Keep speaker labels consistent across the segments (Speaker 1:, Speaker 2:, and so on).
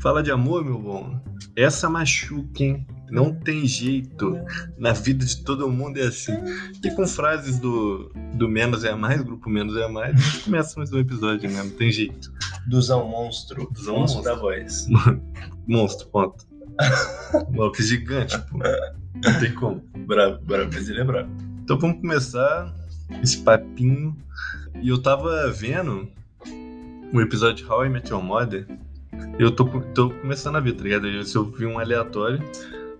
Speaker 1: Fala de amor, meu bom. Essa machuca, hein? Não tem jeito. Na vida de todo mundo é assim. E com frases do, do menos é mais, grupo menos é mais, começa mais um episódio, né? Não tem jeito.
Speaker 2: Duzão monstro.
Speaker 1: Duzão
Speaker 2: monstro
Speaker 1: monstro.
Speaker 2: da voz.
Speaker 1: Monstro, ponto. Maluco gigante, pô. Não tem como.
Speaker 2: Bravo, bravo, brasileiro é bravo.
Speaker 1: Então vamos começar esse papinho. E eu tava vendo o episódio de How I Met Your Mother. Eu tô, co- tô começando a ver, tá ligado? Eu, eu vi um aleatório,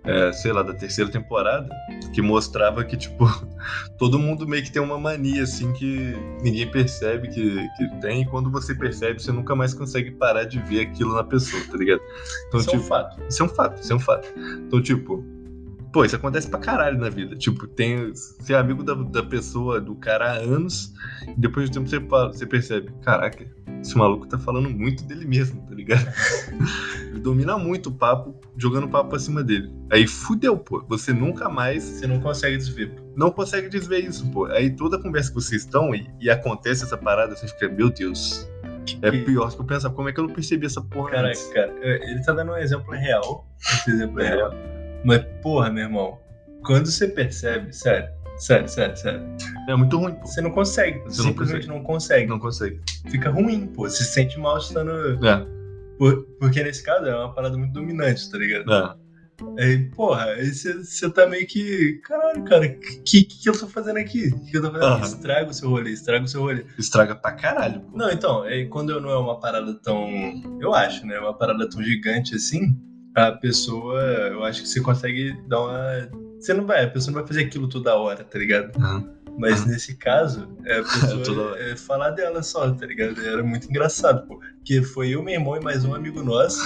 Speaker 1: é, sei lá, da terceira temporada, que mostrava que, tipo, todo mundo meio que tem uma mania, assim, que ninguém percebe que, que tem. E quando você percebe, você nunca mais consegue parar de ver aquilo na pessoa, tá ligado? Então,
Speaker 2: Isso é um fato.
Speaker 1: isso é um fato, isso é um fato. Então, tipo, pô, isso acontece pra caralho na vida. Tipo, tem ser amigo da, da pessoa, do cara há anos, e depois de um tempo você, fala- você percebe, caraca, esse maluco tá falando muito dele mesmo, tá ligado? Ele domina muito o papo, jogando papo pra cima dele. Aí fudeu, pô. Você nunca mais
Speaker 2: Você não consegue desver.
Speaker 1: não consegue desver isso, pô. Aí toda a conversa que vocês estão e, e acontece essa parada, você fica, meu Deus. É
Speaker 2: que-
Speaker 1: pior do que eu pensava. Como é que eu não percebi essa porra antes?
Speaker 2: Caraca, cara, é, ele tá dando um exemplo real.
Speaker 1: Um
Speaker 2: Esse exemplo é real. Mas, porra, meu irmão, quando você percebe, sério, sério, sério, sério,
Speaker 1: É muito ruim, pô.
Speaker 2: você não consegue.
Speaker 1: Você não
Speaker 2: simplesmente não consegue.
Speaker 1: Não consegue.
Speaker 2: Fica ruim, pô. Você se sente mal estando.
Speaker 1: É,
Speaker 2: por- Porque nesse caso é uma parada muito dominante, tá ligado?
Speaker 1: é.
Speaker 2: Aí, porra, aí você- você tá meio que. Caralho, cara, o que, que eu tô fazendo aqui? O que eu tô fazendo?
Speaker 1: Aham.
Speaker 2: aqui? Estraga o seu rolê, estraga o seu rolê.
Speaker 1: Estraga pra caralho, pô.
Speaker 2: Não, então, é, quando não é uma parada tão. Eu acho, né? Uma parada tão gigante assim, a pessoa. Eu acho que você consegue dar uma. Você não vai, a pessoa não vai fazer aquilo toda hora, tá ligado?
Speaker 1: Aham.
Speaker 2: Mas nesse caso, é a
Speaker 1: Ah. Toda
Speaker 2: pessoa
Speaker 1: hora.
Speaker 2: é, falar dela só, tá ligado? Era muito engraçado, pô. Porque foi eu, meu irmão e mais um amigo nosso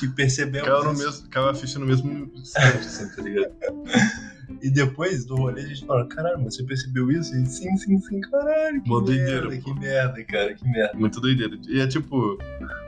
Speaker 2: que percebemos.
Speaker 1: Caiu, no
Speaker 2: isso.
Speaker 1: mesmo, caiu a ficha no mesmo instante, assim, tá ligado?
Speaker 2: E depois do rolê a gente fala, caralho, mas você percebeu isso? E sim, sim, sim, caralho, que
Speaker 1: Mó
Speaker 2: merda,
Speaker 1: doideira, pô.
Speaker 2: que merda, cara, que merda.
Speaker 1: Muito doideira. E é tipo,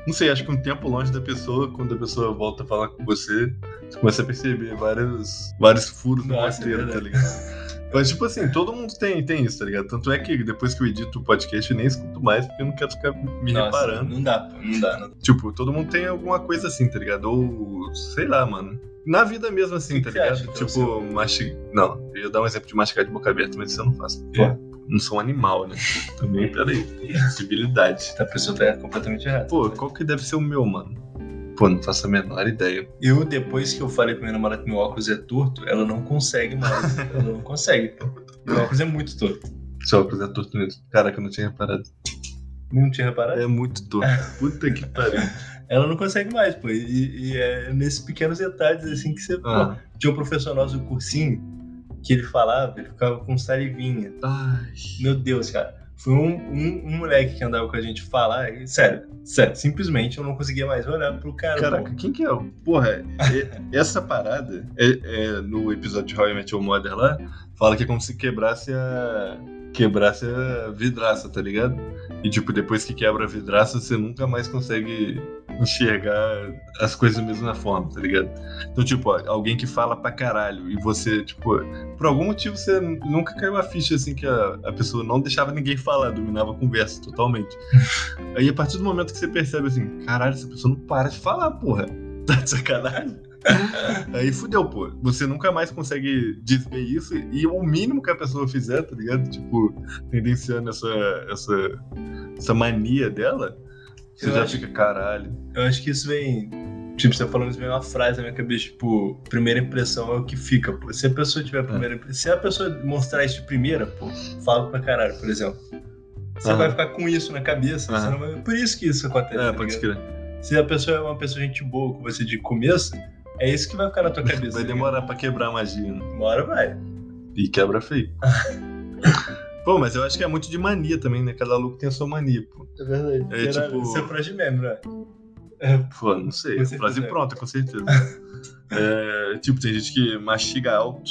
Speaker 1: não sei, acho que um tempo longe da pessoa, quando a pessoa volta a falar com você, você começa a perceber vários, vários furos no
Speaker 2: Nossa, é
Speaker 1: roteiro, tá
Speaker 2: verdade.
Speaker 1: ligado? Mas, tipo assim, todo mundo tem, tem isso, tá ligado? Tanto é que depois que eu edito o podcast, eu nem escuto mais, porque eu não quero ficar me
Speaker 2: Nossa,
Speaker 1: reparando.
Speaker 2: Não dá, pô, não dá, não dá.
Speaker 1: Tipo, todo mundo tem alguma coisa assim, tá ligado? Ou, sei lá, mano. Na vida mesmo assim,
Speaker 2: Que
Speaker 1: tá
Speaker 2: que
Speaker 1: ligado?
Speaker 2: você acha, então,
Speaker 1: tipo, mastigar. Não, eu ia dar um exemplo de mastigar de boca aberta, mas isso eu não faço. porque
Speaker 2: Pô.
Speaker 1: Não sou um animal, né? Também, peraí. Sensibilidade.
Speaker 2: A pessoa tá completamente errada.
Speaker 1: Pô, qual que deve ser o meu, mano? Pô, não faço a menor ideia.
Speaker 2: Eu, depois que eu falei pra minha namorada que meu óculos é torto, ela não consegue mais. ela não consegue, pô. Meu óculos é muito torto.
Speaker 1: Seu óculos é torto mesmo. Caraca, eu não tinha reparado.
Speaker 2: Não tinha reparado?
Speaker 1: É muito torto. Puta que pariu.
Speaker 2: Ela não consegue mais, pô. E, e é nesses pequenos detalhes, assim, que você. pô,
Speaker 1: Ah,
Speaker 2: Tinha um professor nosso do cursinho que ele falava, ele ficava com salivinha.
Speaker 1: ai.
Speaker 2: Meu Deus, cara. Foi um, um, um moleque que andava com a gente falar. e, sério, sério, simplesmente eu não conseguia mais olhar pro cara.
Speaker 1: Caraca, quem que é? o- Porra, é- essa parada, é, é, no episódio de How I Met Your Mother lá, fala que é como se quebrasse a. quebrasse a vidraça, tá ligado? E tipo, depois que quebra a vidraça, você nunca mais consegue enxergar as coisas da mesma forma, tá ligado? Então, tipo, ó, alguém que fala pra caralho e você, tipo, por algum motivo você n- nunca caiu a ficha assim que a, a pessoa não deixava ninguém falar, dominava a conversa totalmente. Aí a partir do momento que você percebe assim, caralho, essa pessoa não para de falar, porra. Tá de sacanagem? Aí fudeu, pô. Você nunca mais consegue desver isso e o mínimo que a pessoa fizer, tá ligado? Tipo, tendenciando essa, essa, essa mania dela, você
Speaker 2: Eu
Speaker 1: já
Speaker 2: acho-
Speaker 1: fica, caralho.
Speaker 2: Eu acho que isso vem. Tipo, você tá falando isso vem uma frase na minha cabeça, tipo, primeira impressão é o que fica, pô. Se a pessoa
Speaker 1: É.
Speaker 2: tiver a primeira impressão. Se a pessoa mostrar isso de primeira, pô, falo pra caralho, por exemplo. Você
Speaker 1: Aham.
Speaker 2: vai ficar com isso na cabeça, você
Speaker 1: Aham.
Speaker 2: não vai- Por isso que isso acontece.
Speaker 1: É,
Speaker 2: tá
Speaker 1: pode
Speaker 2: ligado?
Speaker 1: crer.
Speaker 2: Se a pessoa é uma pessoa gente boa com você de começo, é isso que vai ficar na tua cabeça.
Speaker 1: Vai
Speaker 2: tá
Speaker 1: demorar pra quebrar a magia, né?
Speaker 2: ligado? Uma hora vai.
Speaker 1: E quebra feio. Pô, mas eu acho que é muito de mania também, né? Cada louco tem a sua mania, pô.
Speaker 2: É verdade.
Speaker 1: É, tipo-
Speaker 2: Isso é frase de meme, né?
Speaker 1: Pô, não sei.
Speaker 2: Com
Speaker 1: é frase
Speaker 2: certeza.
Speaker 1: pronta, com certeza. É, tipo, tem gente que mastiga alto,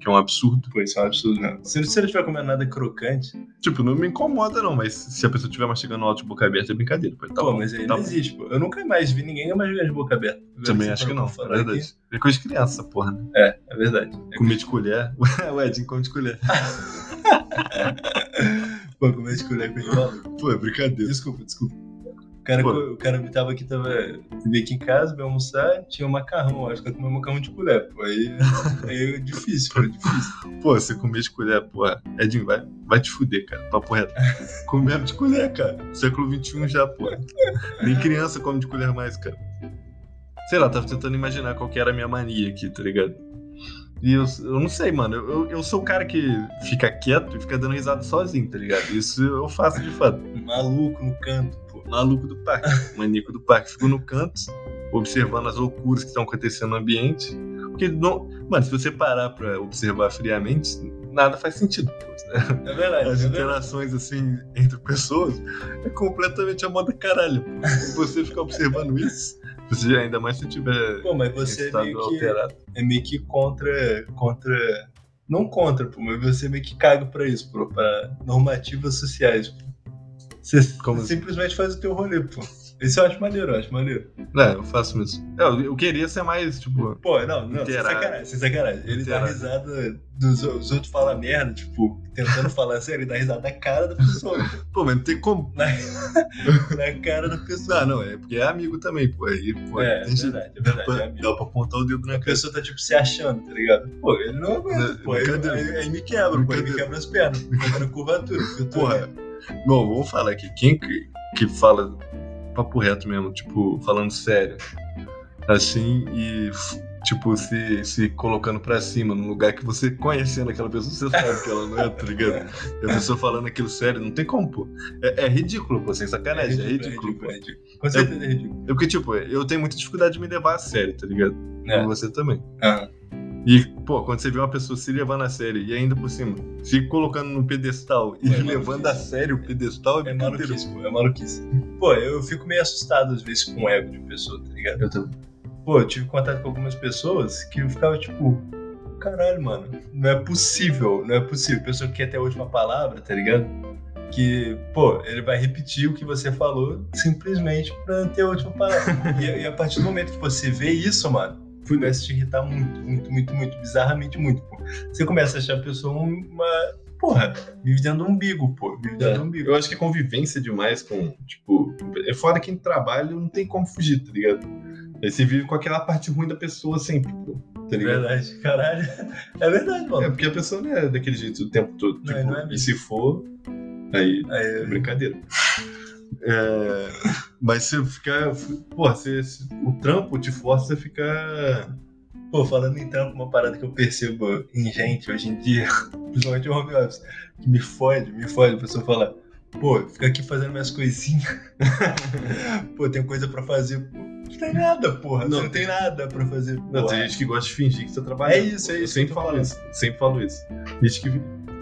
Speaker 1: que é um absurdo.
Speaker 2: Pô, isso é um absurdo, né? Se você não estiver comendo nada crocante,
Speaker 1: Tipo, não me incomoda, não, mas se a pessoa estiver mastigando alto de boca aberta, é brincadeira, pô. Tá
Speaker 2: pô,
Speaker 1: bom,
Speaker 2: mas aí
Speaker 1: tá
Speaker 2: não
Speaker 1: bom.
Speaker 2: existe, pô. Eu nunca mais vi ninguém mais jogar de boca aberta. Agora
Speaker 1: Também
Speaker 2: você
Speaker 1: acho que
Speaker 2: parou
Speaker 1: não,
Speaker 2: pra
Speaker 1: é
Speaker 2: falar
Speaker 1: verdade. É coisa de criança, essa porra, né?
Speaker 2: aqui. É verdade.
Speaker 1: Comer de colher. o Edinho come de colher.
Speaker 2: Pô, comer de colher com ele.
Speaker 1: Pô, é brincadeira.
Speaker 2: Desculpa, desculpa. cara,
Speaker 1: Pô.
Speaker 2: co- o cara tava aqui, tava. Veio aqui em casa, veio almoçar, tinha um macarrão, acho que eu comi um macarrão de colher, pô. Aí, aí é difícil, pô, é difícil.
Speaker 1: Pô, você comer de colher, porra. Edinho, vai, vai te fuder, cara. Papo reto. Comendo de colher, cara. Século XXI já, porra. Nem criança come de colher mais, cara. Sei lá, tava tentando imaginar qual que era a minha mania aqui, tá ligado? E eu, eu não sei, mano. Eu, eu- eu sou o cara que fica quieto e fica dando risada sozinho, tá ligado? Isso eu faço de fato.
Speaker 2: Maluco no canto, pô.
Speaker 1: Maluco do parque. Maníaco do parque. Fico no canto, observando as loucuras que estão acontecendo no ambiente. Porque, não... mano, se você parar pra observar friamente, nada faz sentido, pô. né?
Speaker 2: É verdade, é
Speaker 1: As
Speaker 2: verdade.
Speaker 1: interações assim entre pessoas é completamente a moda caralho. pô. E você ficar observando isso, você já- ainda mais se tiver
Speaker 2: Pô, mas você é
Speaker 1: estado
Speaker 2: meio que.
Speaker 1: alterado.
Speaker 2: é meio que contra. contra. Não contra, pô, mas você é meio que caga pra isso, pô, pra normativas sociais. Pô. Você
Speaker 1: Como assim?
Speaker 2: simplesmente faz o teu rolê, pô. Isso eu acho maneiro, eu acho maneiro.
Speaker 1: É, eu faço isso. Eu, eu queria ser mais, tipo,
Speaker 2: Pô, não, não, sem
Speaker 1: Interar.
Speaker 2: sacanagem, sem sacanagem. Ele
Speaker 1: Interar.
Speaker 2: dá risada dos os outros falam merda, tipo, tentando falar sério, ele dá risada na cara da pessoa.
Speaker 1: pô, mas não tem como.
Speaker 2: na cara da pessoa.
Speaker 1: Ah, não, é porque é amigo também, pô. Aí, pô,
Speaker 2: é, é
Speaker 1: tem gente-
Speaker 2: verdade, é verdade. É
Speaker 1: Dá
Speaker 2: amigo.
Speaker 1: pra apontar o dedo na
Speaker 2: A
Speaker 1: cara.
Speaker 2: pessoa tá tipo se achando, tá ligado? Pô, ele não aguenta,
Speaker 1: Não,
Speaker 2: pô. Aí,
Speaker 1: cadê?
Speaker 2: aí- aí me quebra, pô. Aí me
Speaker 1: Cadê?
Speaker 2: quebra as pernas, me quebra a curvatura. É, porque eu tô ali.
Speaker 1: Porra. Bom, vamos falar aqui. Quem que, que fala papo reto mesmo, tipo, falando sério, assim, e, f- tipo, se, se colocando pra cima, num lugar que você conhecendo aquela pessoa, você sabe que ela não é, tá ligado? E a pessoa falando aquilo sério, não tem como, pô. É, é ridículo, pô, sem sacanagem, é ridículo, pô.
Speaker 2: é ridículo. Com certeza é ridículo.
Speaker 1: É porque, tipo, eu tenho muita dificuldade de me levar a sério, tá ligado?
Speaker 2: É.
Speaker 1: Como você também.
Speaker 2: Ah,
Speaker 1: E, pô, quando você vê uma pessoa se levando a sério e ainda por cima, se colocando no pedestal e
Speaker 2: Pô, é
Speaker 1: levando
Speaker 2: maluquice.
Speaker 1: a sério o pedestal,
Speaker 2: é
Speaker 1: brincadeira.
Speaker 2: maluquice, pô, é maluquice. Pô, eu fico meio assustado às vezes com o ego de pessoa, tá ligado?
Speaker 1: Eu também.
Speaker 2: Pô, eu tive contato com algumas pessoas que eu ficava tipo, caralho, mano, não é possível, não é possível. Pessoa que quer ter a última palavra, tá ligado? Que, pô, ele vai repetir o que você falou simplesmente pra ter a última palavra. e, e a partir do momento que você vê isso, mano, começa a te irritar muito, muito, muito, muito, bizarramente muito, pô. Você começa a achar a pessoa um, uma. Porra, vive dentro do umbigo, pô. Vive dentro
Speaker 1: É.
Speaker 2: do umbigo.
Speaker 1: Eu acho que convivência demais com, tipo, é fora que em trabalho não tem como fugir, tá ligado? Aí você vive com aquela parte ruim da pessoa sempre, pô, tá
Speaker 2: É
Speaker 1: ligado?
Speaker 2: verdade, caralho. É verdade,
Speaker 1: É
Speaker 2: mano.
Speaker 1: porque a pessoa não é daquele jeito o tempo todo.
Speaker 2: Não,
Speaker 1: tipo,
Speaker 2: não é mesmo.
Speaker 1: E se for, aí é
Speaker 2: Aí,
Speaker 1: brincadeira. É, mas você fica. Porra, você, o trampo te força a ficar.
Speaker 2: Pô, falando em trampo, uma parada que eu percebo em gente hoje em dia, principalmente em home office, que me fode, me fode, a pessoa fala, pô, fica aqui fazendo minhas coisinhas. pô, tem coisa pra fazer, pô. Não tem nada, porra.
Speaker 1: Não,
Speaker 2: Você não tem nada pra fazer,
Speaker 1: Não,
Speaker 2: porra.
Speaker 1: tem gente que gosta de fingir que tá trabalhando.
Speaker 2: É isso, é
Speaker 1: Eu
Speaker 2: isso
Speaker 1: sempre
Speaker 2: que eu tô
Speaker 1: falo
Speaker 2: falando.
Speaker 1: isso. Sempre falo isso. Gente que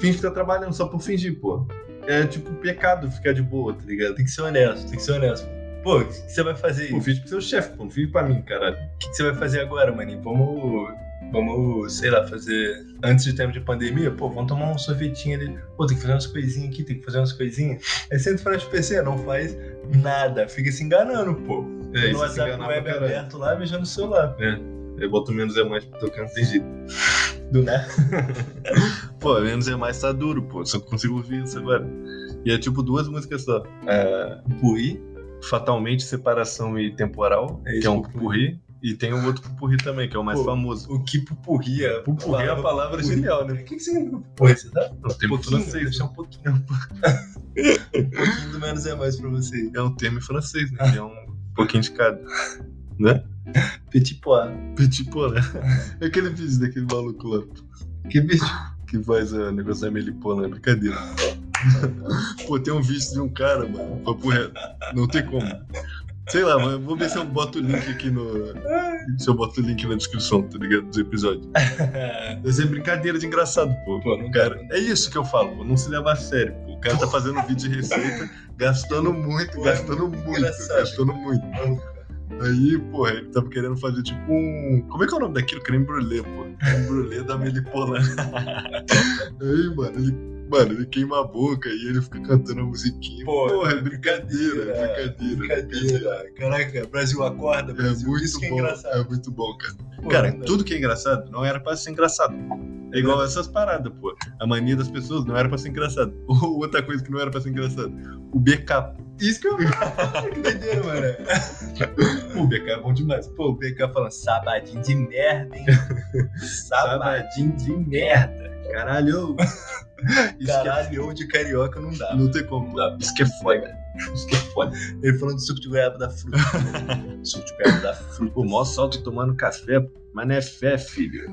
Speaker 1: finge que tá trabalhando só por fingir, pô. É tipo pecado ficar de boa, tá ligado?
Speaker 2: Tem que ser honesto, tem que ser honesto. Pô, o que que você vai fazer?
Speaker 1: Pô,
Speaker 2: O que
Speaker 1: finge pro seu chefe, pô. Não finge pra mim, caralho. É,
Speaker 2: que você vai fazer agora, maninho? Vamos, vamos, sei lá, fazer... Antes do tempo de pandemia, pô, vamos tomar um sorvetinho ali. Pô, tem que fazer umas coisinhas aqui, tem que fazer umas coisinhas. Aí senta em frente do PC, não faz nada. Fica se enganando, pô.
Speaker 1: É
Speaker 2: no
Speaker 1: isso, se
Speaker 2: WhatsApp com o
Speaker 1: enganar pra
Speaker 2: web
Speaker 1: caralho.
Speaker 2: aberto lá, mexendo no celular.
Speaker 1: Eu boto menos é mais pra tocar, não tem jeito.
Speaker 2: Do nada.
Speaker 1: Pô, menos é mais tá duro, pô. Só consigo ouvir isso agora. E é tipo duas músicas só. É,
Speaker 2: Pui.
Speaker 1: Fatalmente, Separação e Temporal,
Speaker 2: É isso,
Speaker 1: que é um
Speaker 2: pupurri.
Speaker 1: pupurri. E tem um outro pupurri também, que é o mais
Speaker 2: Pô,
Speaker 1: famoso.
Speaker 2: O que pupurri é?
Speaker 1: Pupurri é a palavra
Speaker 2: pupurri.
Speaker 1: genial, né?
Speaker 2: O que, que significa pupurri? Você tá?
Speaker 1: Não, tem né?
Speaker 2: Um pouquinho,
Speaker 1: francês.
Speaker 2: deixa um pouquinho. um pouquinho do menos é mais pra você.
Speaker 1: é um termo em francês, né? Que é um pouquinho de cada.
Speaker 2: Petit pois.
Speaker 1: Petit Poré. É aquele vídeo daquele maluco lá
Speaker 2: Que bicho.
Speaker 1: que faz o negócio da melipona, é brincadeira. Pô, tem um vídeo de um cara, mano, papo reto. Não tem como. Sei lá, mas eu vou ver se eu boto o link aqui no. Se eu boto o link na descrição, tá ligado? Do episódio. Mas é brincadeira de engraçado, pô.
Speaker 2: Pô, não
Speaker 1: Cara, é isso que eu falo, pô. Não se leva a sério, pô. O cara tá fazendo vídeo de receita, gastando muito,
Speaker 2: Pô, é
Speaker 1: gastando
Speaker 2: muito
Speaker 1: muito,
Speaker 2: engraçado.
Speaker 1: gastando muito. Aí, porra, ele tava querendo fazer tipo um. Como é que é o nome daquilo? Creme brulee, pô. Creme brulee da Melipolã. Aí, mano, ele. Mano, ele queima a boca e ele fica cantando a musiquinha.
Speaker 2: Pô,
Speaker 1: porra, é brincadeira,
Speaker 2: brincadeira,
Speaker 1: é brincadeira.
Speaker 2: Brincadeira. Caraca, Brasil acorda,
Speaker 1: É
Speaker 2: Brasil.
Speaker 1: muito
Speaker 2: Isso que é
Speaker 1: bom,
Speaker 2: engraçado.
Speaker 1: é muito bom, cara.
Speaker 2: Pô,
Speaker 1: cara,
Speaker 2: não dá.
Speaker 1: tudo que é engraçado não era pra ser engraçado. É igual
Speaker 2: Né?
Speaker 1: essas paradas, pô. A mania das pessoas não era pra ser engraçado. Ou outra coisa que não era pra ser engraçado. O BK.
Speaker 2: Isso que eu. que doideira, mano.
Speaker 1: O BK é bom demais.
Speaker 2: Pô, o BK falando sabadinho de merda, hein? Sabadinho
Speaker 1: Sabadinho de
Speaker 2: de merda.
Speaker 1: caralho. Isso
Speaker 2: Caralho, é de carioca não
Speaker 1: que é...
Speaker 2: dá.
Speaker 1: Não tem como.
Speaker 2: Não, Isso que é foda. Isso que é foda. Ele falando de suco de goiaba da fruta.
Speaker 1: é
Speaker 2: suco de goiaba da fruta.
Speaker 1: O maior salto tomando café, pô. mas não é fé, filho.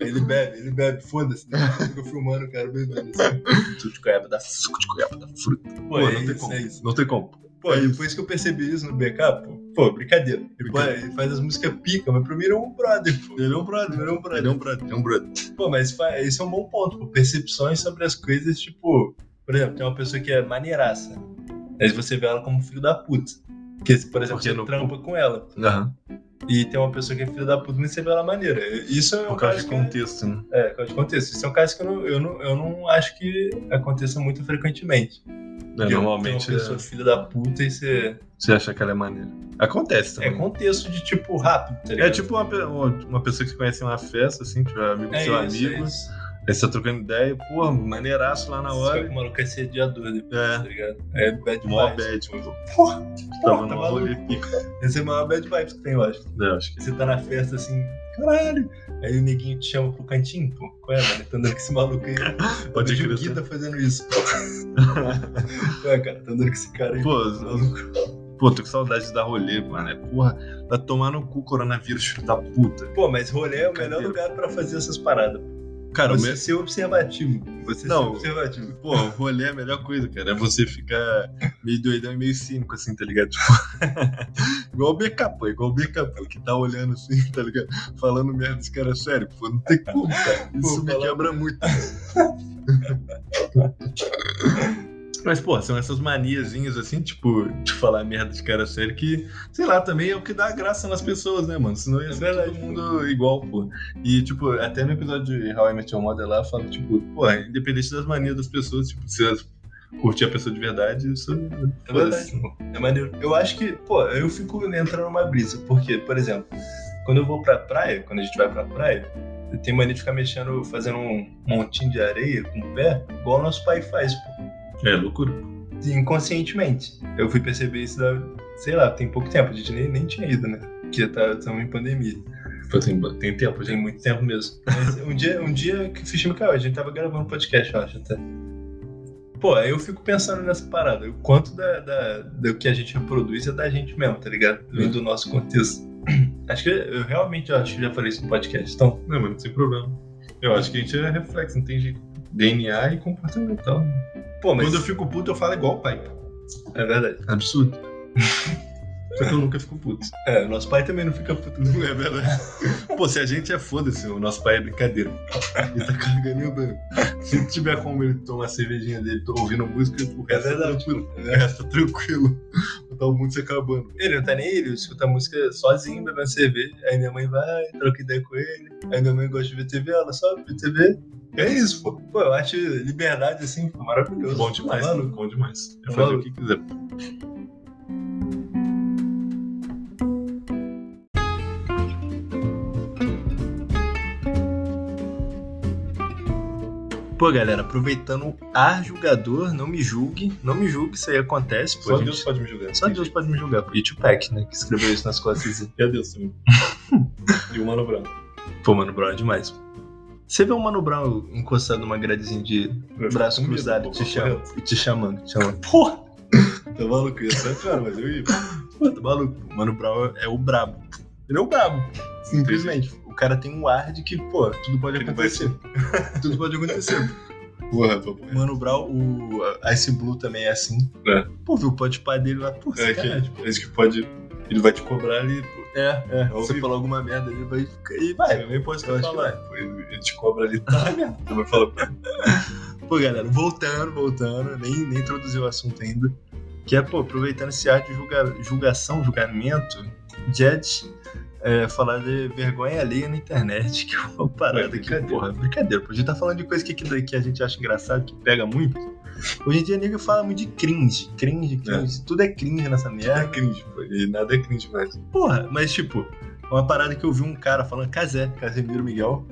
Speaker 2: Ele bebe, ele bebe, foda-se. Né? Fica filmando o cara bebendo. assim. Suco de goiaba da fruta.
Speaker 1: Suco de goiaba da fruta. Pô,
Speaker 2: Pô,
Speaker 1: não
Speaker 2: é
Speaker 1: tem
Speaker 2: isso,
Speaker 1: como.
Speaker 2: é isso.
Speaker 1: Não tem como.
Speaker 2: Pô, depois que eu percebi isso no backup, pô, pô brincadeira. Ele, pô,
Speaker 1: Brincadeira.
Speaker 2: ele faz as músicas pica, mas pra mim ele é um brother, pô.
Speaker 1: Ele é um brother,
Speaker 2: Ele é um brother.
Speaker 1: Ele é um brother. Ele é um brother.
Speaker 2: Pô, mas fa- esse é um bom ponto, pô. Percepções sobre as coisas, tipo, por exemplo, tem uma pessoa que é maneiraça. Aí você vê ela como filho da puta. Porque, por exemplo,
Speaker 1: Porque
Speaker 2: você
Speaker 1: no-
Speaker 2: trampa com ela.
Speaker 1: Aham.
Speaker 2: E tem uma pessoa que é filho da puta, mas você vê ela maneira. Isso é um
Speaker 1: Por causa
Speaker 2: caso
Speaker 1: de
Speaker 2: que. É,
Speaker 1: contexto, né?
Speaker 2: é, por causa de contexto. Isso é um caso que eu não, eu não, eu não acho que aconteça muito frequentemente.
Speaker 1: É,
Speaker 2: Porque
Speaker 1: normalmente
Speaker 2: Tem uma pessoa filha da puta e você.
Speaker 1: você acha que ela é maneira. Acontece
Speaker 2: É
Speaker 1: também.
Speaker 2: contexto de tipo rápido, tá
Speaker 1: É
Speaker 2: ligado?
Speaker 1: tipo uma, pe- uma pessoa que você conhece em uma festa, assim, tipo, é amigo do
Speaker 2: É
Speaker 1: seu
Speaker 2: isso,
Speaker 1: amigo,
Speaker 2: é isso.
Speaker 1: aí você tá trocando ideia, porra, maneiraço lá na
Speaker 2: Só que
Speaker 1: hora.
Speaker 2: o maluco é sediador depois,
Speaker 1: É,
Speaker 2: tá ligado? É bad
Speaker 1: mó
Speaker 2: vibes.
Speaker 1: bad, tipo,
Speaker 2: Porra,
Speaker 1: tava
Speaker 2: porra, tá
Speaker 1: num
Speaker 2: maluco.
Speaker 1: rolê pica.
Speaker 2: Essa é a maior bad vibes que tem, eu acho.
Speaker 1: É, acho que
Speaker 2: Você tá na festa assim, caralho. Aí o neguinho te chama pro cantinho, pô. Qual é, mano? Tá andando com esse maluco aí.
Speaker 1: pode
Speaker 2: Hoje o
Speaker 1: acreditar.
Speaker 2: Gui tá fazendo isso, pô. Qual é, cara? Tá andando com esse cara aí.
Speaker 1: Pô, eu- pô, tô com saudade de dar rolê, mano. É, porra, tá tomando no cu coronavírus, filho da puta.
Speaker 2: Pô, mas rolê é o melhor
Speaker 1: Cadê?
Speaker 2: lugar pra fazer essas paradas.
Speaker 1: Cara, o
Speaker 2: você
Speaker 1: me...
Speaker 2: ser observativo. Você
Speaker 1: Não.
Speaker 2: ser observativo.
Speaker 1: pô, rolê é a melhor coisa, cara. É você ficar meio doidão e meio cínico, assim, tá ligado? Tipo, igual o BK, pô, igual o BK, pô, que tá olhando assim, tá ligado? Falando merda desse cara é sério, pô, não tem como, cara. Isso
Speaker 2: Pô,
Speaker 1: me
Speaker 2: falar-
Speaker 1: quebra muito. Mas, pô, são essas maniazinhas, assim, tipo, de falar merda de cara sério que, sei lá, também é o que dá graça nas pessoas, né, mano? Senão ia
Speaker 2: É
Speaker 1: ser
Speaker 2: verdade,
Speaker 1: todo mundo igual, pô. E, tipo, até no episódio de How I Met Your Mother lá, fala, tipo, pô, independente das manias das pessoas, tipo, se elas curtir a pessoa de verdade, isso...
Speaker 2: É verdade, pô. É maneiro. Eu acho que, pô, eu fico entrando numa brisa. Porque, por exemplo, quando eu vou pra praia, quando a gente vai pra praia, eu tenho mania de ficar mexendo, fazendo um montinho de areia com o pé, igual o nosso pai faz, pô.
Speaker 1: É loucura.
Speaker 2: Inconscientemente. Eu fui perceber isso, da, sei lá, tem pouco tempo. A gente nem, nem tinha ido, né? Porque tá, estamos em pandemia.
Speaker 1: Pô, tem, tem tempo,
Speaker 2: Tem
Speaker 1: gente.
Speaker 2: muito tempo mesmo. Mas um dia, um dia que o Fishman caiu, a gente tava gravando um podcast, eu acho até. Pô, aí eu fico pensando nessa parada. O quanto da, da- do que a gente reproduz é da gente mesmo, tá ligado? Vem do nosso contexto. Acho que eu realmente acho que já falei isso no podcast. Então,
Speaker 1: Não, mano, sem problema. Eu acho que a gente é reflexo, não tem jeito. DNA e comportamental.
Speaker 2: pô, mas
Speaker 1: Quando eu fico puto, eu falo igual o pai.
Speaker 2: é verdade.
Speaker 1: Absurdo. Só que eu nunca fico puto.
Speaker 2: É, o nosso pai também não fica puto.
Speaker 1: Não é verdade. Pô, se a gente é foda-se, o nosso pai é brincadeira. Ele tá carregando e andando. Se tiver como ele tomar a cervejinha dele, tô ouvindo música, o resto é,
Speaker 2: verdade.
Speaker 1: tranquilo. O resto é tranquilo. Tá o mundo se acabando.
Speaker 2: Ele não tá nem aí, ele escuta música sozinho, bebendo cerveja. Aí minha mãe vai, troca ideia com ele. Aí minha mãe gosta de ver TV, ela só vê TV. É isso, pô. Pô, eu acho liberdade assim, pô, maravilhoso.
Speaker 1: Bom demais,
Speaker 2: Mano,
Speaker 1: mano. Bom demais. É
Speaker 2: Tá
Speaker 1: fazer o
Speaker 2: maluco.
Speaker 1: que quiser.
Speaker 2: Pô, galera, aproveitando o ar julgador, não me julgue, não me julgue, isso aí acontece, pô.
Speaker 1: Só
Speaker 2: a gente-
Speaker 1: Deus pode me julgar.
Speaker 2: Só Deus pode me julgar, pô. E Tupac, né, que escreveu isso nas costas.
Speaker 1: E a Deus também. e o Mano Brown.
Speaker 2: pô, Mano Brown é demais. pô. Você vê o Mano Brown encostado numa gradezinha de braço cruzado te, chama, te chamando, te chamando. Porra!
Speaker 1: Tá maluco? Isso é cara, mas eu ia.
Speaker 2: Pô, tá maluco? O Mano Brown é o brabo. Ele é o brabo. Simplesmente. O cara tem um ar de que, pô, tudo pode
Speaker 1: Ele vai
Speaker 2: acontecer. tudo pode acontecer.
Speaker 1: Porra, papo.
Speaker 2: O Mano Brown, o a- Ice Blue também é assim.
Speaker 1: É.
Speaker 2: Pô, viu o pode pá dele lá, pô,
Speaker 1: É
Speaker 2: sacanagem.
Speaker 1: que, tipo, esse que pode. Ele vai te cobrar ali, pô.
Speaker 2: É, é.
Speaker 1: ao
Speaker 2: Você
Speaker 1: vivo.
Speaker 2: falou alguma merda, ele vai ficar. E vai, nem pode
Speaker 1: É, Eu acho que
Speaker 2: falar.
Speaker 1: vai. Pô, Ele ele te cobra ali. Tá, né? Tu vai falar, pô,
Speaker 2: Pô, galera, voltando, voltando, nem, nem introduzi o assunto ainda. Que é, pô, aproveitando esse ar de julga- julgação, julgamento, Judge é, falar de vergonha alheia na internet, que é uma parada
Speaker 1: É,
Speaker 2: que,
Speaker 1: brincadeira.
Speaker 2: porra, é brincadeira. Pô, a gente tá falando de coisa que, que, que a gente acha engraçado, que pega muito. Hoje em dia, nego fala muito de cringe, cringe, cringe. Tudo é cringe nessa merda.
Speaker 1: é cringe, pô. E nada é cringe mais.
Speaker 2: Porra, mas tipo, uma parada que eu vi um cara falando, Casé, Casemiro Miguel,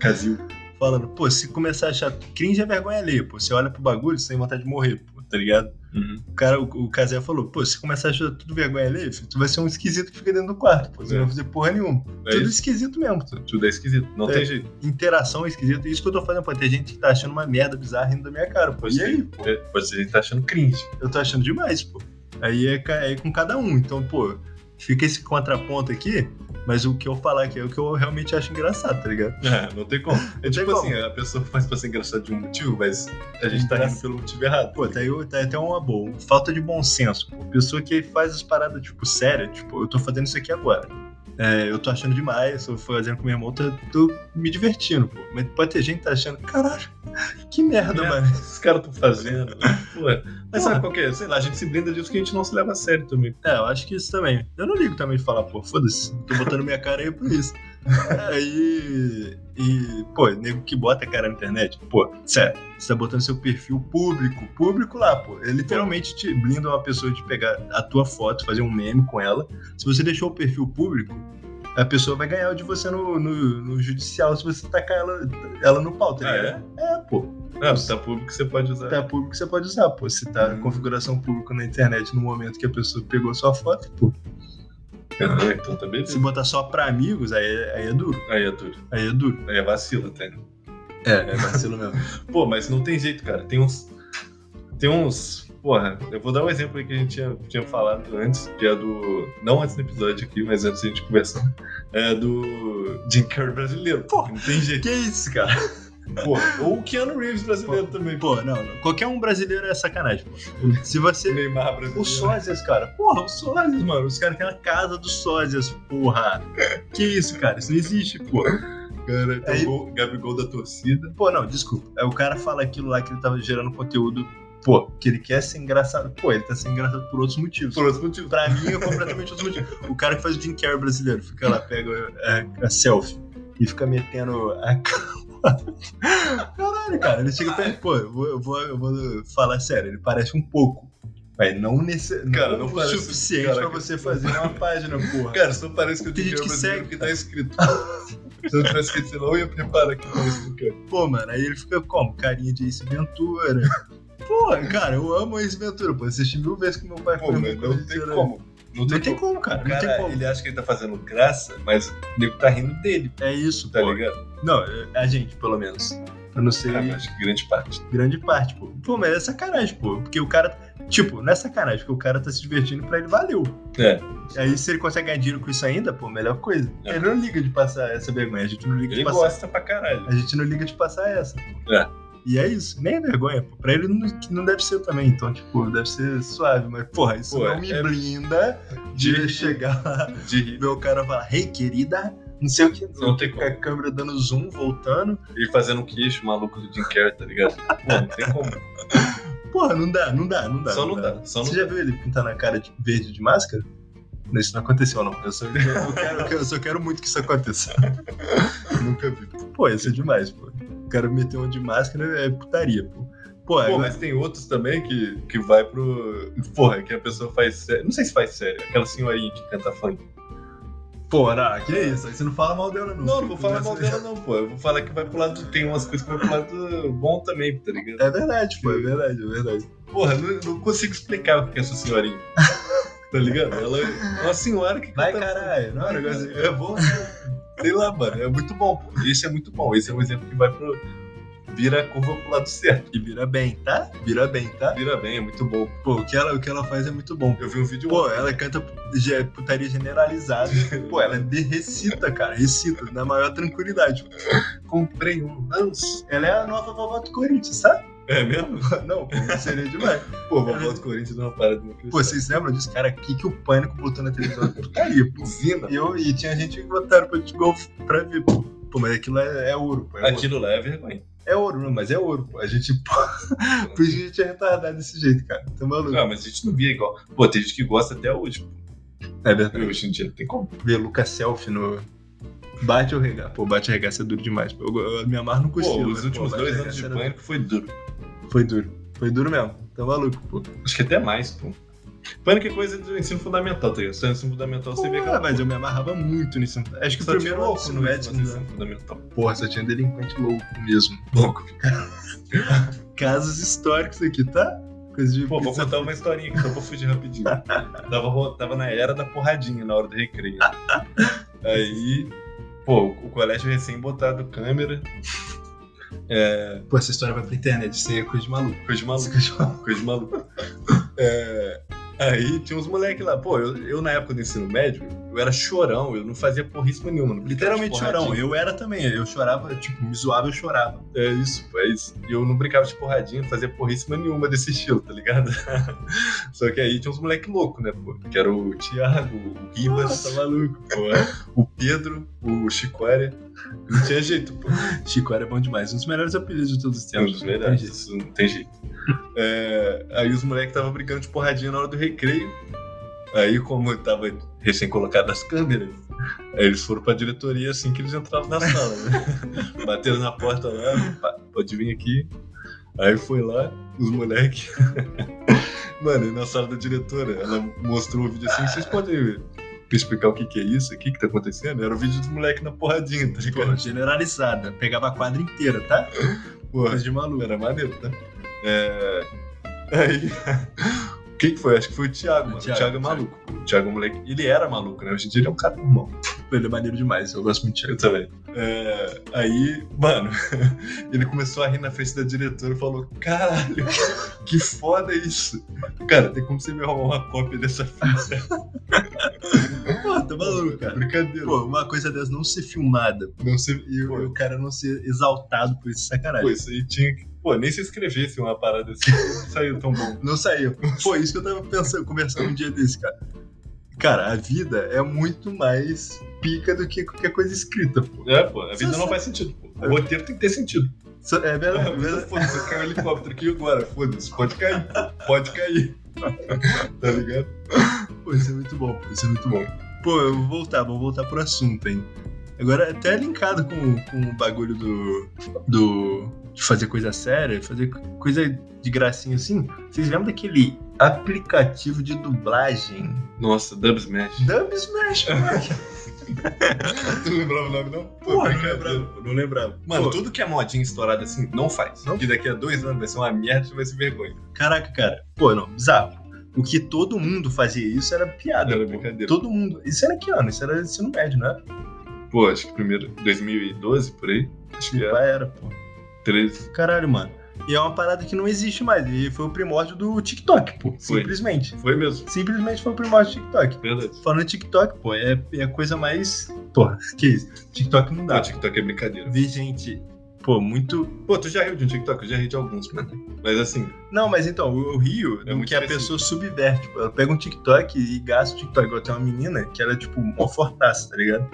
Speaker 1: Casil.
Speaker 2: falando, pô, se começar a achar cringe é vergonha alheia, pô. Você olha pro bagulho, você tem vontade de morrer, pô, tá ligado?
Speaker 1: Uhum.
Speaker 2: O cara, o, o Casé falou, pô, se começar a achar tudo vergonha alheia, filho, tu vai ser um esquisito que fica dentro do quarto, pô. Você
Speaker 1: É.
Speaker 2: não vai fazer porra nenhuma.
Speaker 1: É
Speaker 2: tudo
Speaker 1: isso.
Speaker 2: esquisito mesmo, tu.
Speaker 1: Tudo é esquisito. Não
Speaker 2: É.
Speaker 1: tem jeito.
Speaker 2: Interação é esquisita. Isso que eu tô fazendo, pô. Tem gente que tá achando uma merda bizarra rindo da minha cara, pô. E
Speaker 1: Você,
Speaker 2: aí,
Speaker 1: é, você tá achando cringe.
Speaker 2: eu tô achando demais, pô. Aí é, ca- é com cada um. Então, pô, fica esse contraponto aqui, mas o que eu falar aqui é o que eu realmente acho engraçado, tá ligado?
Speaker 1: Ah, não tem como. É
Speaker 2: tem
Speaker 1: tipo
Speaker 2: como.
Speaker 1: assim, a pessoa faz pra ser engraçada de um motivo, mas a gente tá rindo
Speaker 2: Engraçado.
Speaker 1: pelo motivo errado.
Speaker 2: Pô, tá aí, tá aí até uma boa. Falta de bom senso, pô. Pessoa que faz as paradas, tipo, séria, tipo, eu tô fazendo isso aqui agora. É, eu tô achando demais, eu tô fazendo com meu irmão, tô, tô me divertindo, pô. Mas pode ter gente que tá achando, caralho, que merda,
Speaker 1: É.
Speaker 2: mano.
Speaker 1: Esses caras tão fazendo. Ué. Mas
Speaker 2: Porra.
Speaker 1: sabe qual que é? Sei lá, a gente se blinda disso que a gente não se leva a sério também.
Speaker 2: É, eu acho que isso também. Eu não ligo também de falar, pô, foda-se, tô botando minha cara aí por isso. aí. E, pô, nego que bota a cara na internet, pô, sério, você tá botando seu perfil público, público lá, pô. Ele literalmente te blinda uma pessoa de pegar a tua foto, fazer um meme com ela. Se você deixou o perfil público, a pessoa vai ganhar o de você no, no, no judicial se você tacar ela, ela no pau,
Speaker 1: Ah,
Speaker 2: tá ligado? é, pô.
Speaker 1: Não, se tá público você pode usar.
Speaker 2: Tá público você pode usar, pô. Se tá na configuração pública na internet no momento que a pessoa pegou sua foto, pô.
Speaker 1: Ah, então tá
Speaker 2: Se
Speaker 1: beleza.
Speaker 2: botar só pra amigos, aí, é- aí é duro.
Speaker 1: Aí é tudo.
Speaker 2: Aí é duro.
Speaker 1: Aí é vacilo até.
Speaker 2: É, é vacilo mesmo.
Speaker 1: Pô, mas não tem jeito, cara. Tem uns. Tem uns. Porra, eu vou dar um exemplo aí que a gente tinha, tinha falado antes, que é do. Não antes do episódio aqui, mas antes da gente conversar. É do. Jim Carrey brasileiro.
Speaker 2: Porra.
Speaker 1: Não tem jeito.
Speaker 2: que isso, cara?
Speaker 1: Porra. Ou o Keanu Reeves brasileiro também.
Speaker 2: Pô, não, não. Qualquer um brasileiro é sacanagem, pô. Se
Speaker 1: O
Speaker 2: você.
Speaker 1: Neymar brasileiro.
Speaker 2: Os sósias, cara. Porra, os sósias, mano. Os caras têm a casa dos sósias, porra. Que isso, cara? Isso não existe, pô.
Speaker 1: Cara, tem
Speaker 2: Aí-
Speaker 1: o gol, Gabigol da torcida.
Speaker 2: Pô, não, desculpa. Aí o cara fala aquilo lá que ele tava gerando conteúdo, pô, que ele quer ser engraçado. Pô, ele tá sendo engraçado por outros motivos.
Speaker 1: Por outro motivo.
Speaker 2: Pra mim é completamente outro motivo. O cara que faz o Jim Carrey brasileiro fica lá, pega é, a, a selfie e fica metendo a cara. Caralho, cara, ele chega perto. Pô, eu vou, eu, vou, eu vou falar sério, ele parece um pouco. Mas não, nesse,
Speaker 1: Cara,
Speaker 2: não,
Speaker 1: não é
Speaker 2: o
Speaker 1: parece-
Speaker 2: suficiente
Speaker 1: cara,
Speaker 2: pra
Speaker 1: que-
Speaker 2: você fazer uma página, porra.
Speaker 1: Cara, só parece que o
Speaker 2: Tem
Speaker 1: Jim
Speaker 2: gente
Speaker 1: Carrey brasileiro que
Speaker 2: que segue,
Speaker 1: tá escrito. Se eu tivesse escrito, sei lá, eu ia preparar aqui pra esse Jim Carrey.
Speaker 2: Pô, mano, aí ele fica como? Carinha de Ace Ventura. Pô, cara, eu amo Ace Ventura, pô. Assisti mil vezes com meu pai.
Speaker 1: Pô,
Speaker 2: foi
Speaker 1: mas
Speaker 2: muito
Speaker 1: não tem
Speaker 2: chorando.
Speaker 1: como. Não
Speaker 2: Não tem como, cara.
Speaker 1: O
Speaker 2: Não tem
Speaker 1: cara,
Speaker 2: como.
Speaker 1: ele acha que ele tá fazendo graça, mas o nego tá rindo dele,
Speaker 2: É isso,
Speaker 1: tá
Speaker 2: pô.
Speaker 1: ligado?
Speaker 2: Não, é, a gente, pelo menos. Eu não sei.
Speaker 1: Ah, mas acho que grande parte.
Speaker 2: grande parte, pô. Pô, mas é sacanagem, pô. Porque o cara. Tipo, não é sacanagem, porque o cara tá se divertindo pra ele, valeu.
Speaker 1: É.
Speaker 2: Aí se ele consegue ganhar dinheiro com isso ainda, pô, melhor coisa.
Speaker 1: É.
Speaker 2: Ele não liga de passar essa vergonha, a gente não liga
Speaker 1: Ele
Speaker 2: de passar.
Speaker 1: gosta pra caralho.
Speaker 2: Tipo assim, A gente não liga de passar essa, pô.
Speaker 1: É.
Speaker 2: E é isso, nem é vergonha, pô. Pra ele não, não deve ser também, então, tipo, deve ser suave, mas, porra, isso
Speaker 1: Pô,
Speaker 2: não me
Speaker 1: é-
Speaker 2: blinda de
Speaker 1: de-
Speaker 2: chegar lá,
Speaker 1: De rir.
Speaker 2: ver o cara falar, ei, querida, não sei o que,
Speaker 1: Não tem
Speaker 2: com a câmera dando zoom, voltando.
Speaker 1: Ele fazendo um queixo maluco do Jim Carrey, tá ligado? Pô, não tem como.
Speaker 2: Porra, não dá, não dá, não dá.
Speaker 1: só não dá. Só Então não
Speaker 2: Você já
Speaker 1: dá.
Speaker 2: viu ele pintar na cara de verde de máscara? Não, isso não aconteceu, não. Eu só, eu quero, eu só quero muito que isso aconteça.
Speaker 1: Nunca vi.
Speaker 2: Pô, isso é demais, pô. O cara meteu um de máscara é putaria, pô. Pô, é
Speaker 1: Pô,
Speaker 2: agora,
Speaker 1: mas tem outros também que, que vai pro. Porra, que a pessoa faz sério. Não sei se faz sério. Aquela senhorinha que canta funk.
Speaker 2: pô, não, Ah, que isso? Aí você não fala mal dela, não.
Speaker 1: Não, não vou falar mal
Speaker 2: Mas-
Speaker 1: dela, não, pô. Eu vou falar que vai pro lado. Tem umas coisas que vai pro lado bom também, tá ligado?
Speaker 2: É verdade, pô, é verdade, é verdade.
Speaker 1: Porra, não, não consigo explicar o que é essa senhorinha. Tá ligado? Ela é uma senhora que
Speaker 2: Vai,
Speaker 1: canta-
Speaker 2: caralho, não é um negócio assim.
Speaker 1: É bom, né? sei lá, mano. É muito bom. pô. Esse é muito bom. Esse é um exemplo que vai pro. Vira a curva pro lado certo.
Speaker 2: E vira bem, tá? Vira bem, tá?
Speaker 1: Vira bem, é muito bom.
Speaker 2: Pô, o que ela, o que ela faz é muito bom.
Speaker 1: Eu vi um vídeo.
Speaker 2: Pô, ela canta ge- putaria generalizada. Pô, ela de- recita, cara, recita, na maior tranquilidade. pô.
Speaker 1: comprei um lance.
Speaker 2: Ela é a nova vovó do Corinthians, sabe?
Speaker 1: É mesmo?
Speaker 2: Não, pô, não seria demais.
Speaker 1: Pô, vovó do Corinthians não é uma parada muito
Speaker 2: Pô, vocês lembram disso, cara? O que, que o pânico botou na televisão? Putaria, pô.
Speaker 1: Usina.
Speaker 2: E, eu, e tinha gente que botaram pra, de golfe pra ver, pô. Pô, mas aquilo é, é ouro, pô. É ouro.
Speaker 1: Aquilo lá é vergonha.
Speaker 2: É ouro, não, mas é ouro, pô. A gente, pô, por isso que a gente é retardado desse jeito, cara. Tá maluco?
Speaker 1: Ah, mas a gente não via igual. Pô, tem gente que gosta até hoje. pô.
Speaker 2: É verdade.
Speaker 1: Hoje em dia não tem como.
Speaker 2: Ver Lucas Selfie no... Bate ou regar? Pô, bate ou regar, isso é duro demais. Pô, eu, eu me amarro no cochilo.
Speaker 1: Pô,
Speaker 2: mas, é
Speaker 1: os últimos
Speaker 2: né? bate
Speaker 1: dois
Speaker 2: ou
Speaker 1: anos de
Speaker 2: arregaça era-
Speaker 1: pânico foi duro.
Speaker 2: Foi duro. Foi duro mesmo. Tá maluco, pô.
Speaker 1: Acho que até mais, pô. Pânico é coisa do ensino fundamental, tá ligado? Só no ensino fundamental você vê
Speaker 2: Porra,
Speaker 1: aquela.
Speaker 2: mas eu me amarrava muito no ensino Acho que
Speaker 1: Só
Speaker 2: o
Speaker 1: tinha
Speaker 2: primeiro
Speaker 1: no
Speaker 2: álcool
Speaker 1: ensino
Speaker 2: no né?
Speaker 1: médio, no
Speaker 2: médico,
Speaker 1: ensino fundamental.
Speaker 2: Porra, só tinha delinquente louco mesmo.
Speaker 1: Louco.
Speaker 2: Casos históricos aqui, tá? Coisa de
Speaker 1: Pô, vou
Speaker 2: pizza-
Speaker 1: contar uma historinha aqui, só pra fugir rapidinho. tava, ro- tava na era da porradinha na hora do recreio. Aí, pô, o colégio recém-botado câmera,
Speaker 2: Pô, essa história vai pra internet, isso aí é coisa de maluco.
Speaker 1: coisa de maluco.
Speaker 2: Isso é coisa de maluco.
Speaker 1: coisa de maluco. É, aí tinha uns moleques lá. Pô, eu, eu na época do ensino médio, eu era chorão, eu não fazia porrismo nenhuma. não brincava de
Speaker 2: Literalmente chorão.
Speaker 1: porradinha.
Speaker 2: Eu era também. Eu chorava, tipo, me zoava, eu chorava.
Speaker 1: É isso, pô, é isso. E eu não brincava de porradinha, não fazia porríssima nenhuma desse estilo, tá ligado? Só que aí tinha uns moleque louco, né, pô? Que era o Thiago, o Ribas,
Speaker 2: Nossa, tá maluco.
Speaker 1: pô, o Pedro, o Chicória. Não tinha jeito, pô.
Speaker 2: Chico era bom demais. Um dos melhores apelidos de todos os
Speaker 1: É um
Speaker 2: tempos. né?
Speaker 1: dos melhores, isso não tem jeito. É, aí os moleques estavam brincando de porradinha na hora do recreio. Aí, como eu tava recém colocado as câmeras, aí eles foram pra diretoria assim que eles entravam na sala, né? Bateram na porta lá, pá, pode vir aqui. Aí foi lá, os moleques. Mano, e na sala da diretora, ela mostrou o vídeo assim, vocês podem explicar o que, que é isso aqui que tá acontecendo? Era o vídeo do moleque na porradinha, tá ligado?
Speaker 2: Pô, generalizada. Pegava a quadra inteira, tá?
Speaker 1: Porra.
Speaker 2: Coisa de maluco.
Speaker 1: Era maneiro, tá? É... Aí. Quem que foi? Acho que foi o Thiago, mano. O Thiago,
Speaker 2: Thiago,
Speaker 1: é
Speaker 2: Thiago.
Speaker 1: maluco. O Thiago é um moleque. Ele era maluco, né? Hoje em dia ele é um cara normal.
Speaker 2: Ele é maneiro demais. Eu gosto muito de Thiago.
Speaker 1: Eu também. É... Aí, mano, ele começou a rir na frente da diretora e falou: Caralho, que foda isso. Cara, tem como você me arrumar uma cópia dessa fita?
Speaker 2: Pô, tá maluco, cara.
Speaker 1: Brincadeira.
Speaker 2: Pô, uma coisa dessa não ser filmada
Speaker 1: não se...
Speaker 2: e o, e o cara não ser exaltado por isso, sacanagem.
Speaker 1: Pô, isso aí tinha que. Pô, nem se inscrevesse uma parada assim. Não saiu tão bom.
Speaker 2: Não saiu. Foi isso que eu tava pensando, conversando um dia desse, cara. Cara, a vida é muito mais pica do que qualquer coisa escrita, pô.
Speaker 1: É, pô, a vida
Speaker 2: Você
Speaker 1: não
Speaker 2: sabe-
Speaker 1: faz sentido. Pô. O roteiro tem que ter sentido.
Speaker 2: Só- É verdade. é verdade.
Speaker 1: Foda-se, caiu um helicóptero aqui agora. Foda-se, pode cair. Pode cair. tá ligado?
Speaker 2: Pô, isso é muito bom, pô, isso é muito bom. Pô, eu vou voltar, vou voltar pro assunto, hein. Agora, é até linkado com, com o bagulho do, do. de fazer coisa séria, de fazer coisa de gracinha assim. Vocês lembram daquele aplicativo de dublagem?
Speaker 1: Nossa, Dub Smash.
Speaker 2: Dub Smash, moleque.
Speaker 1: Tu não lembrava o nome, não? Pô,
Speaker 2: Porra, não
Speaker 1: brincadeira.
Speaker 2: lembrava, não lembrava.
Speaker 1: Mano,
Speaker 2: Pô,
Speaker 1: tudo que é modinha estourada assim, não faz.
Speaker 2: Não?
Speaker 1: Que daqui a dois anos vai ser uma merda e vai ser vergonha.
Speaker 2: Caraca, cara. Pô, não, bizarro. O que todo mundo fazia isso era piada.
Speaker 1: Era
Speaker 2: pô.
Speaker 1: brincadeira. É.
Speaker 2: Todo mundo. Isso era que ano? Isso era ensino médio, né?
Speaker 1: Pô, acho que primeiro, 2012, por aí. Acho que é.
Speaker 2: Meu
Speaker 1: era.
Speaker 2: pai Tipo, era, pô.
Speaker 1: 13.
Speaker 2: Caralho, mano. E é uma parada que não existe mais. E foi o primórdio do TikTok, pô.
Speaker 1: Foi.
Speaker 2: Simplesmente.
Speaker 1: Foi mesmo.
Speaker 2: Simplesmente foi o primórdio do TikTok.
Speaker 1: Verdade.
Speaker 2: Falando em TikTok, pô, é, é a coisa mais. Porra, que isso? TikTok não
Speaker 1: Não,
Speaker 2: dá.
Speaker 1: o TikTok é brincadeira.
Speaker 2: Vi gente, pô, muito
Speaker 1: Pô, tu já riu de um TikTok? Eu já ri de alguns, mano. Mas assim,
Speaker 2: Não, mas então, o o Rio,
Speaker 1: É
Speaker 2: é
Speaker 1: muito
Speaker 2: que a
Speaker 1: específico.
Speaker 2: pessoa subverte. Tipo, ela pega um TikTok e gasta o TikTok. Igual tem uma menina que ela é, tipo, mó fortaça, tá ligado?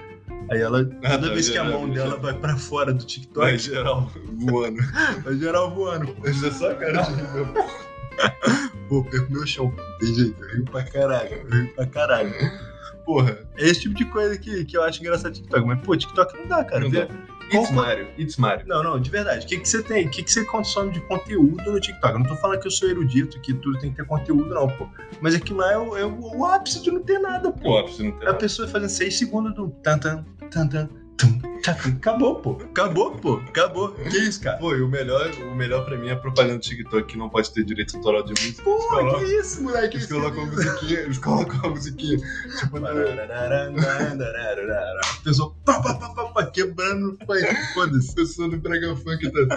Speaker 2: Aí ela,
Speaker 1: Ah,
Speaker 2: toda
Speaker 1: tá,
Speaker 2: vez que a
Speaker 1: já-
Speaker 2: mão
Speaker 1: já-
Speaker 2: dela vai pra fora do TikTok,
Speaker 1: vai geral voando.
Speaker 2: vai geral voando. pô.
Speaker 1: Isso é só a cara de rir, meu.
Speaker 2: Pô, perco meu chão, pô. Tem jeito, eu rio pra caralho, eu rio pra caralho.
Speaker 1: Porra.
Speaker 2: É esse tipo de coisa que, que eu acho engraçado no TikTok. Mas, pô, TikTok não dá, cara.
Speaker 1: Não dá.
Speaker 2: Vê- Qual
Speaker 1: It's
Speaker 2: foi-
Speaker 1: Mario. It's Mario.
Speaker 2: Não, não, de verdade. O que, que você tem? O que, que você consome de conteúdo no TikTok? Eu não tô falando que eu sou erudito, que tudo tem que ter conteúdo, não, pô. Mas aquilo lá é o, é o- o ápice de não ter nada, pô.
Speaker 1: Pô, ápice não tem
Speaker 2: A
Speaker 1: nada.
Speaker 2: pessoa fazendo 6 segundos do tantan, tantan, tá? tum, tacum. Acabou, pô. Acabou, pô. Acabou. Que isso, cara?
Speaker 1: Pô, e o melhor, o melhor pra mim é a propaganda do TikTok que não pode ter direito autoral de música.
Speaker 2: Pô,
Speaker 1: colocam-
Speaker 2: que isso, moleque?
Speaker 1: Eles colocam a musiquinha, eles colocam a musiquinha. Tipo, na-
Speaker 2: A pessoa pá, pá, pá, pá, pá, quebrando. Foi. Foda-se.
Speaker 1: a pessoa do Brega Funk tá.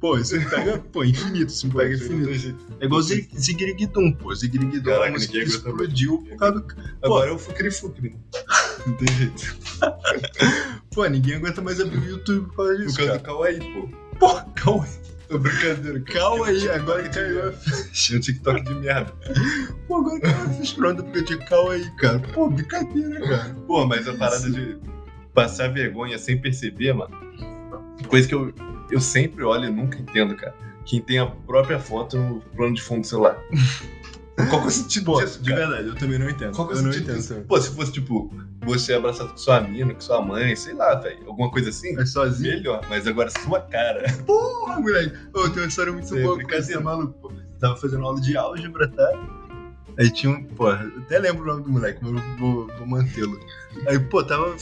Speaker 2: Pô, isso pega, pô, infinito, isso pega infinito. É igual Zig- Zigriguidum, pô. Zigriguidum é
Speaker 1: Caraca,
Speaker 2: uma música que
Speaker 1: ninguém aguenta
Speaker 2: explodiu por causa do...
Speaker 1: Agora é o Fucri Fucri. Não tem jeito.
Speaker 2: Pô, ninguém aguenta mais abrir o YouTube por causa
Speaker 1: Por
Speaker 2: disso,
Speaker 1: causa
Speaker 2: cara.
Speaker 1: do Kawaii, pô.
Speaker 2: Pô, calma aí,
Speaker 1: Tô brincadeira, cara.
Speaker 2: calma aí. Agora que caiu a
Speaker 1: É um TikTok de merda.
Speaker 2: Pô, agora que eu fiz pronta porque eu tinha cal aí, cara. Pô, brincadeira, cara.
Speaker 1: Pô, mas a parada de passar vergonha sem perceber, mano. Coisa que eu, eu sempre olho e nunca entendo, cara. Quem tem a própria foto no plano de fundo do celular. Qual que é o sentido
Speaker 2: Pô,
Speaker 1: disso,
Speaker 2: de
Speaker 1: cara?
Speaker 2: verdade, eu também não entendo.
Speaker 1: Qual que é o
Speaker 2: eu não
Speaker 1: sentido
Speaker 2: entendo.
Speaker 1: disso? Pô, se fosse tipo você abraçado com sua mina, com sua mãe, sei lá, velho. Alguma coisa assim.
Speaker 2: Mas É sozinho.
Speaker 1: Melhor, mas agora sua cara.
Speaker 2: Porra, moleque. Ô, tem uma história muito
Speaker 1: Você é
Speaker 2: boa com
Speaker 1: brincadeira.
Speaker 2: esse maluco. pô. Tava fazendo aula de álgebra, tá? Aí tinha um. Pô, eu até lembro o nome do moleque, mas eu vou, vou mantê-lo. Aí, pô, tava.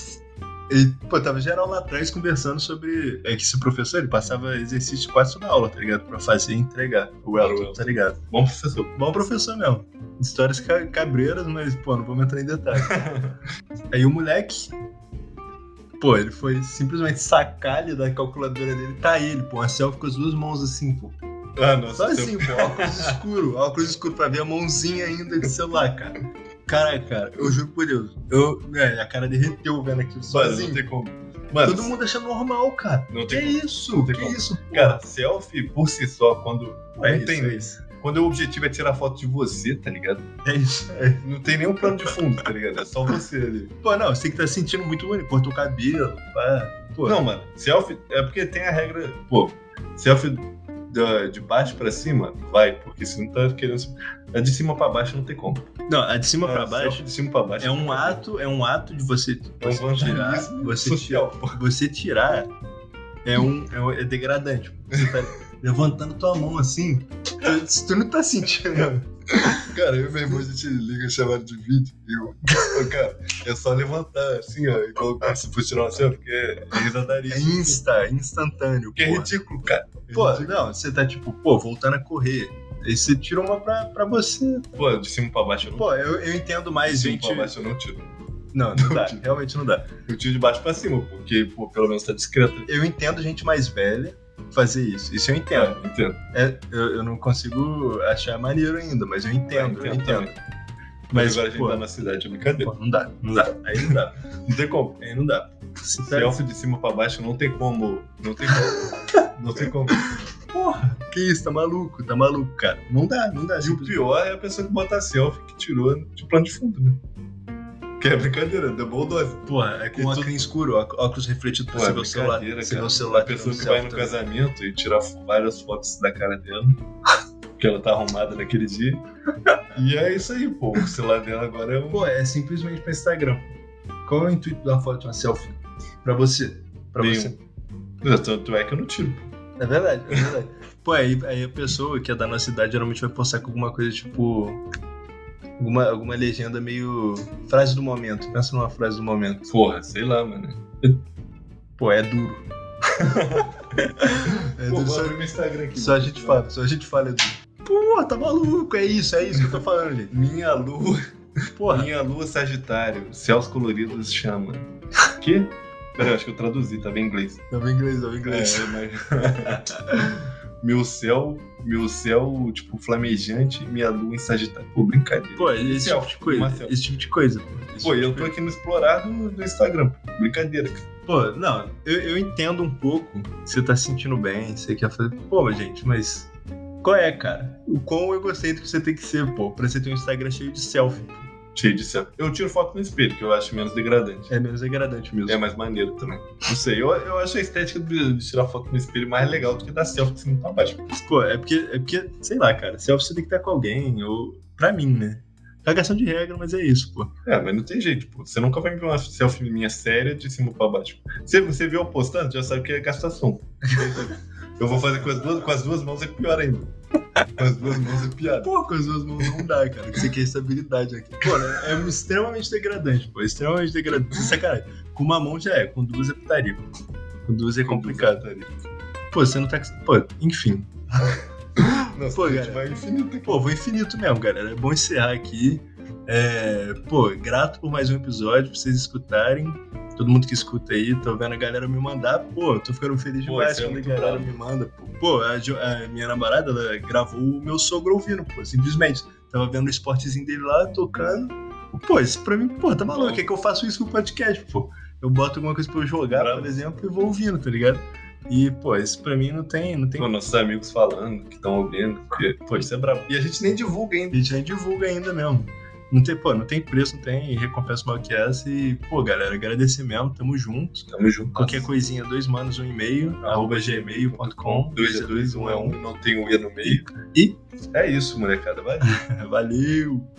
Speaker 2: ele- pô, tava geral lá atrás conversando sobre. É que esse professor, ele passava exercício quase toda aula, tá ligado? Pra fazer e entregar. O
Speaker 1: Era o
Speaker 2: Elton,
Speaker 1: Elton.
Speaker 2: tá ligado?
Speaker 1: Bom professor.
Speaker 2: Bom professor mesmo. Histórias ca- cabreiras, mas, pô, não vamos entrar em detalhes. Aí o moleque. Pô, ele foi simplesmente sacar ele da calculadora dele. Tá ele, pô, uma selfie com as duas mãos assim, pô.
Speaker 1: Ah, nossa.
Speaker 2: Só
Speaker 1: seu-
Speaker 2: assim, pô, óculos escuro, óculos escuro pra ver a mãozinha ainda de celular, cara. Caraca, cara, eu juro por Deus. Eu, né, a cara derreteu vendo aquilo
Speaker 1: Mano, não
Speaker 2: sozinho.
Speaker 1: tem como. Mano,
Speaker 2: Todo mundo achando normal, cara.
Speaker 1: não
Speaker 2: Que
Speaker 1: tem como.
Speaker 2: isso?
Speaker 1: não tem
Speaker 2: Que
Speaker 1: como.
Speaker 2: isso? pô?
Speaker 1: Cara, selfie por si só, quando.
Speaker 2: é
Speaker 1: não tem-
Speaker 2: isso, é isso.
Speaker 1: Quando o objetivo é tirar foto de você, tá ligado?
Speaker 2: É isso. é isso.
Speaker 1: Não tem nenhum plano de fundo, tá ligado? É só você ali.
Speaker 2: Pô, não, você que tá sentindo muito bonito. Cortou o cabelo, pá. Pô,
Speaker 1: Não, mano, selfie é porque tem a regra. Pô, selfie da- de baixo pra cima, vai, porque você não tá querendo. se- A de cima pra baixo não tem como.
Speaker 2: não, a de cima pra
Speaker 1: É,
Speaker 2: baixo
Speaker 1: selfie De cima pra baixo.
Speaker 2: é um ato, é um ato de você,
Speaker 1: É um
Speaker 2: você tirar,
Speaker 1: evangelismo
Speaker 2: você tirar,
Speaker 1: social, pô.
Speaker 2: você tirar é um é, um- é degradante. Você tá levantando tua mão assim, tu- se tu não tá sentindo.
Speaker 1: né? Cara, eu e meu irmão, a gente liga chamado de vídeo e eu, Ô, cara, é só levantar assim, ó, e colocar se for tirar uma selfie, porque é risadaria.
Speaker 2: É insta, instantâneo,
Speaker 1: Porque é
Speaker 2: porra.
Speaker 1: ridículo, cara. É
Speaker 2: Pô,
Speaker 1: ridículo.
Speaker 2: não, você tá tipo, pô, voltando a correr. Aí você tira uma pra, pra você.
Speaker 1: Pô, de cima pra baixo eu não
Speaker 2: Pô, eu, eu entendo mais
Speaker 1: de cima
Speaker 2: gente.
Speaker 1: pra baixo eu não tiro.
Speaker 2: Não, não dá, realmente não dá.
Speaker 1: Eu tiro de baixo pra cima, porque, pô, pelo menos tá discreto.
Speaker 2: Eu entendo gente mais velha fazer isso. Isso eu entendo.
Speaker 1: É, entendo.
Speaker 2: É, eu, eu não consigo achar maneiro ainda, mas eu entendo, eu entendo.
Speaker 1: também.
Speaker 2: Mas,
Speaker 1: Mas agora a gente
Speaker 2: pô,
Speaker 1: tá na cidade, é brincadeira.
Speaker 2: pô, não dá, não dá.
Speaker 1: Aí não dá. Não tem como.
Speaker 2: Aí não dá. Se tá-
Speaker 1: Selfie de cima pra baixo não tem como. Não tem como. Não tem como.
Speaker 2: Porra, que isso, tá maluco, tá maluco, cara. Não dá, não dá.
Speaker 1: E o pior é a pessoa que bota a selfie que tirou de plano de fundo, né? Que é brincadeira, double dose.
Speaker 2: Porra, é com
Speaker 1: E
Speaker 2: óculos
Speaker 1: tudo-
Speaker 2: escuro, ó- óculos refletido pra
Speaker 1: Pô,
Speaker 2: você
Speaker 1: é
Speaker 2: ver o celular.
Speaker 1: brincadeira,
Speaker 2: Você vê
Speaker 1: cara.
Speaker 2: o celular
Speaker 1: A pessoa que
Speaker 2: tirando
Speaker 1: vai no
Speaker 2: selfie também.
Speaker 1: casamento e tirar várias fotos da cara dela, porque ela tá arrumada naquele dia. E é isso aí, pô. O celular dela agora é um.
Speaker 2: Pô, é simplesmente pra Instagram. Qual é o intuito da foto de uma selfie? Pra você. Pra
Speaker 1: Nenhum.
Speaker 2: você.
Speaker 1: Não, Tanto é que eu não tiro. pô.
Speaker 2: É verdade, é verdade. Pô, aí, aí a pessoa que é da nossa idade geralmente vai postar com alguma coisa tipo. Alguma, alguma legenda meio. frase do momento. Pensa numa frase do momento.
Speaker 1: Porra, sei lá, mano.
Speaker 2: Pô, é duro. é
Speaker 1: Pô,
Speaker 2: duro.
Speaker 1: vou
Speaker 2: Só,
Speaker 1: abrir meu Instagram aqui.
Speaker 2: só a gente fala, só a gente fala, é duro. Pô, tá maluco, é isso, é isso que eu tô falando, gente.
Speaker 1: Minha lua,
Speaker 2: Porra.
Speaker 1: minha lua Sagitário, céus coloridos chama. Que? Peraí, acho que eu traduzi, tá bem em inglês.
Speaker 2: Tava em inglês, tava em inglês.
Speaker 1: É, mas- meu céu, meu céu, tipo, flamejante, minha lua em Sagitário. Pô, brincadeira.
Speaker 2: Pô, esse tipo de
Speaker 1: Uma
Speaker 2: coisa.
Speaker 1: selfie.
Speaker 2: Esse tipo de coisa. pô. Esse
Speaker 1: Pô,
Speaker 2: tipo de
Speaker 1: eu tô aqui no explorado do Instagram. pô. Brincadeira. cara.
Speaker 2: Pô, não, eu, eu entendo um pouco. Você tá se sentindo bem, você quer fazer. Pô, mas, gente, mas. Qual é, cara? O quão egocêntrico você tem que ser, pô, pra você ter um Instagram cheio de selfie.
Speaker 1: Cheio de céu. Eu tiro foto no espelho, que eu acho menos degradante.
Speaker 2: É menos degradante mesmo.
Speaker 1: É mais maneiro também. Não sei, eu, eu acho a estética de, de tirar foto no espelho mais legal do que dar selfie que você não tá baixo.
Speaker 2: Pô, é porque, é porque, sei lá, cara, selfie você tem que estar com alguém, ou. Pra mim, né? Cagação de regra, mas é isso, pô.
Speaker 1: É, mas não tem jeito, pô. Você nunca vai me ver uma selfie minha séria de cima pra baixo. Você, você vê eu postando, já sabe que é gastação. Eu vou fazer com as duas, com as duas mãos é pior ainda. Com as duas mãos é piada.
Speaker 2: Pô, com as duas mãos não dá, cara. que Você quer estabilidade aqui. Pô, né? é extremamente degradante, pô. Extremamente degradante. Sacanagem. Com uma mão já é, com duas é putaria. Com duas é complicado. Pô, você não tá. Pô, enfim.
Speaker 1: Nossa,
Speaker 2: Pô,
Speaker 1: a gente
Speaker 2: galera.
Speaker 1: vai infinito aqui.
Speaker 2: Pô, vou infinito mesmo, galera. É bom encerrar aqui. É, pô, grato por mais um episódio, pra vocês escutarem. Todo mundo que escuta aí, tô vendo a galera me mandar. Pô, eu tô ficando feliz
Speaker 1: Pô,
Speaker 2: demais
Speaker 1: isso é
Speaker 2: quando a
Speaker 1: muito
Speaker 2: galera
Speaker 1: brabo.
Speaker 2: me manda. Pô, Pô, a, Jo- a minha namorada, ela gravou o meu sogro ouvindo, pô, simplesmente. Tava vendo o esportezinho dele lá, tocando. Pô, isso pra mim, pô, tá maluco. É que eu faço isso com o podcast, pô. Eu boto alguma coisa pra eu jogar,
Speaker 1: Brabo.
Speaker 2: por exemplo, e vou ouvindo, tá ligado? E, pô, isso pra mim não tem, não tem
Speaker 1: Com nossos amigos falando, que estão ouvindo. que- pô, isso é brabo. E a gente nem divulga ainda.
Speaker 2: A gente nem divulga ainda mesmo. Não tem, pô, não tem preço, não tem recompensa maior que é essa. E, pô, galera, agradecer mesmo, tamo junto.
Speaker 1: Tamo junto.
Speaker 2: Qualquer coisinha, dois manos, um e-mail, arroba gmail.com.
Speaker 1: Dois é dois, um é um. Não tem um E no meio.
Speaker 2: E?
Speaker 1: É isso, molecada. Valeu.
Speaker 2: Valeu!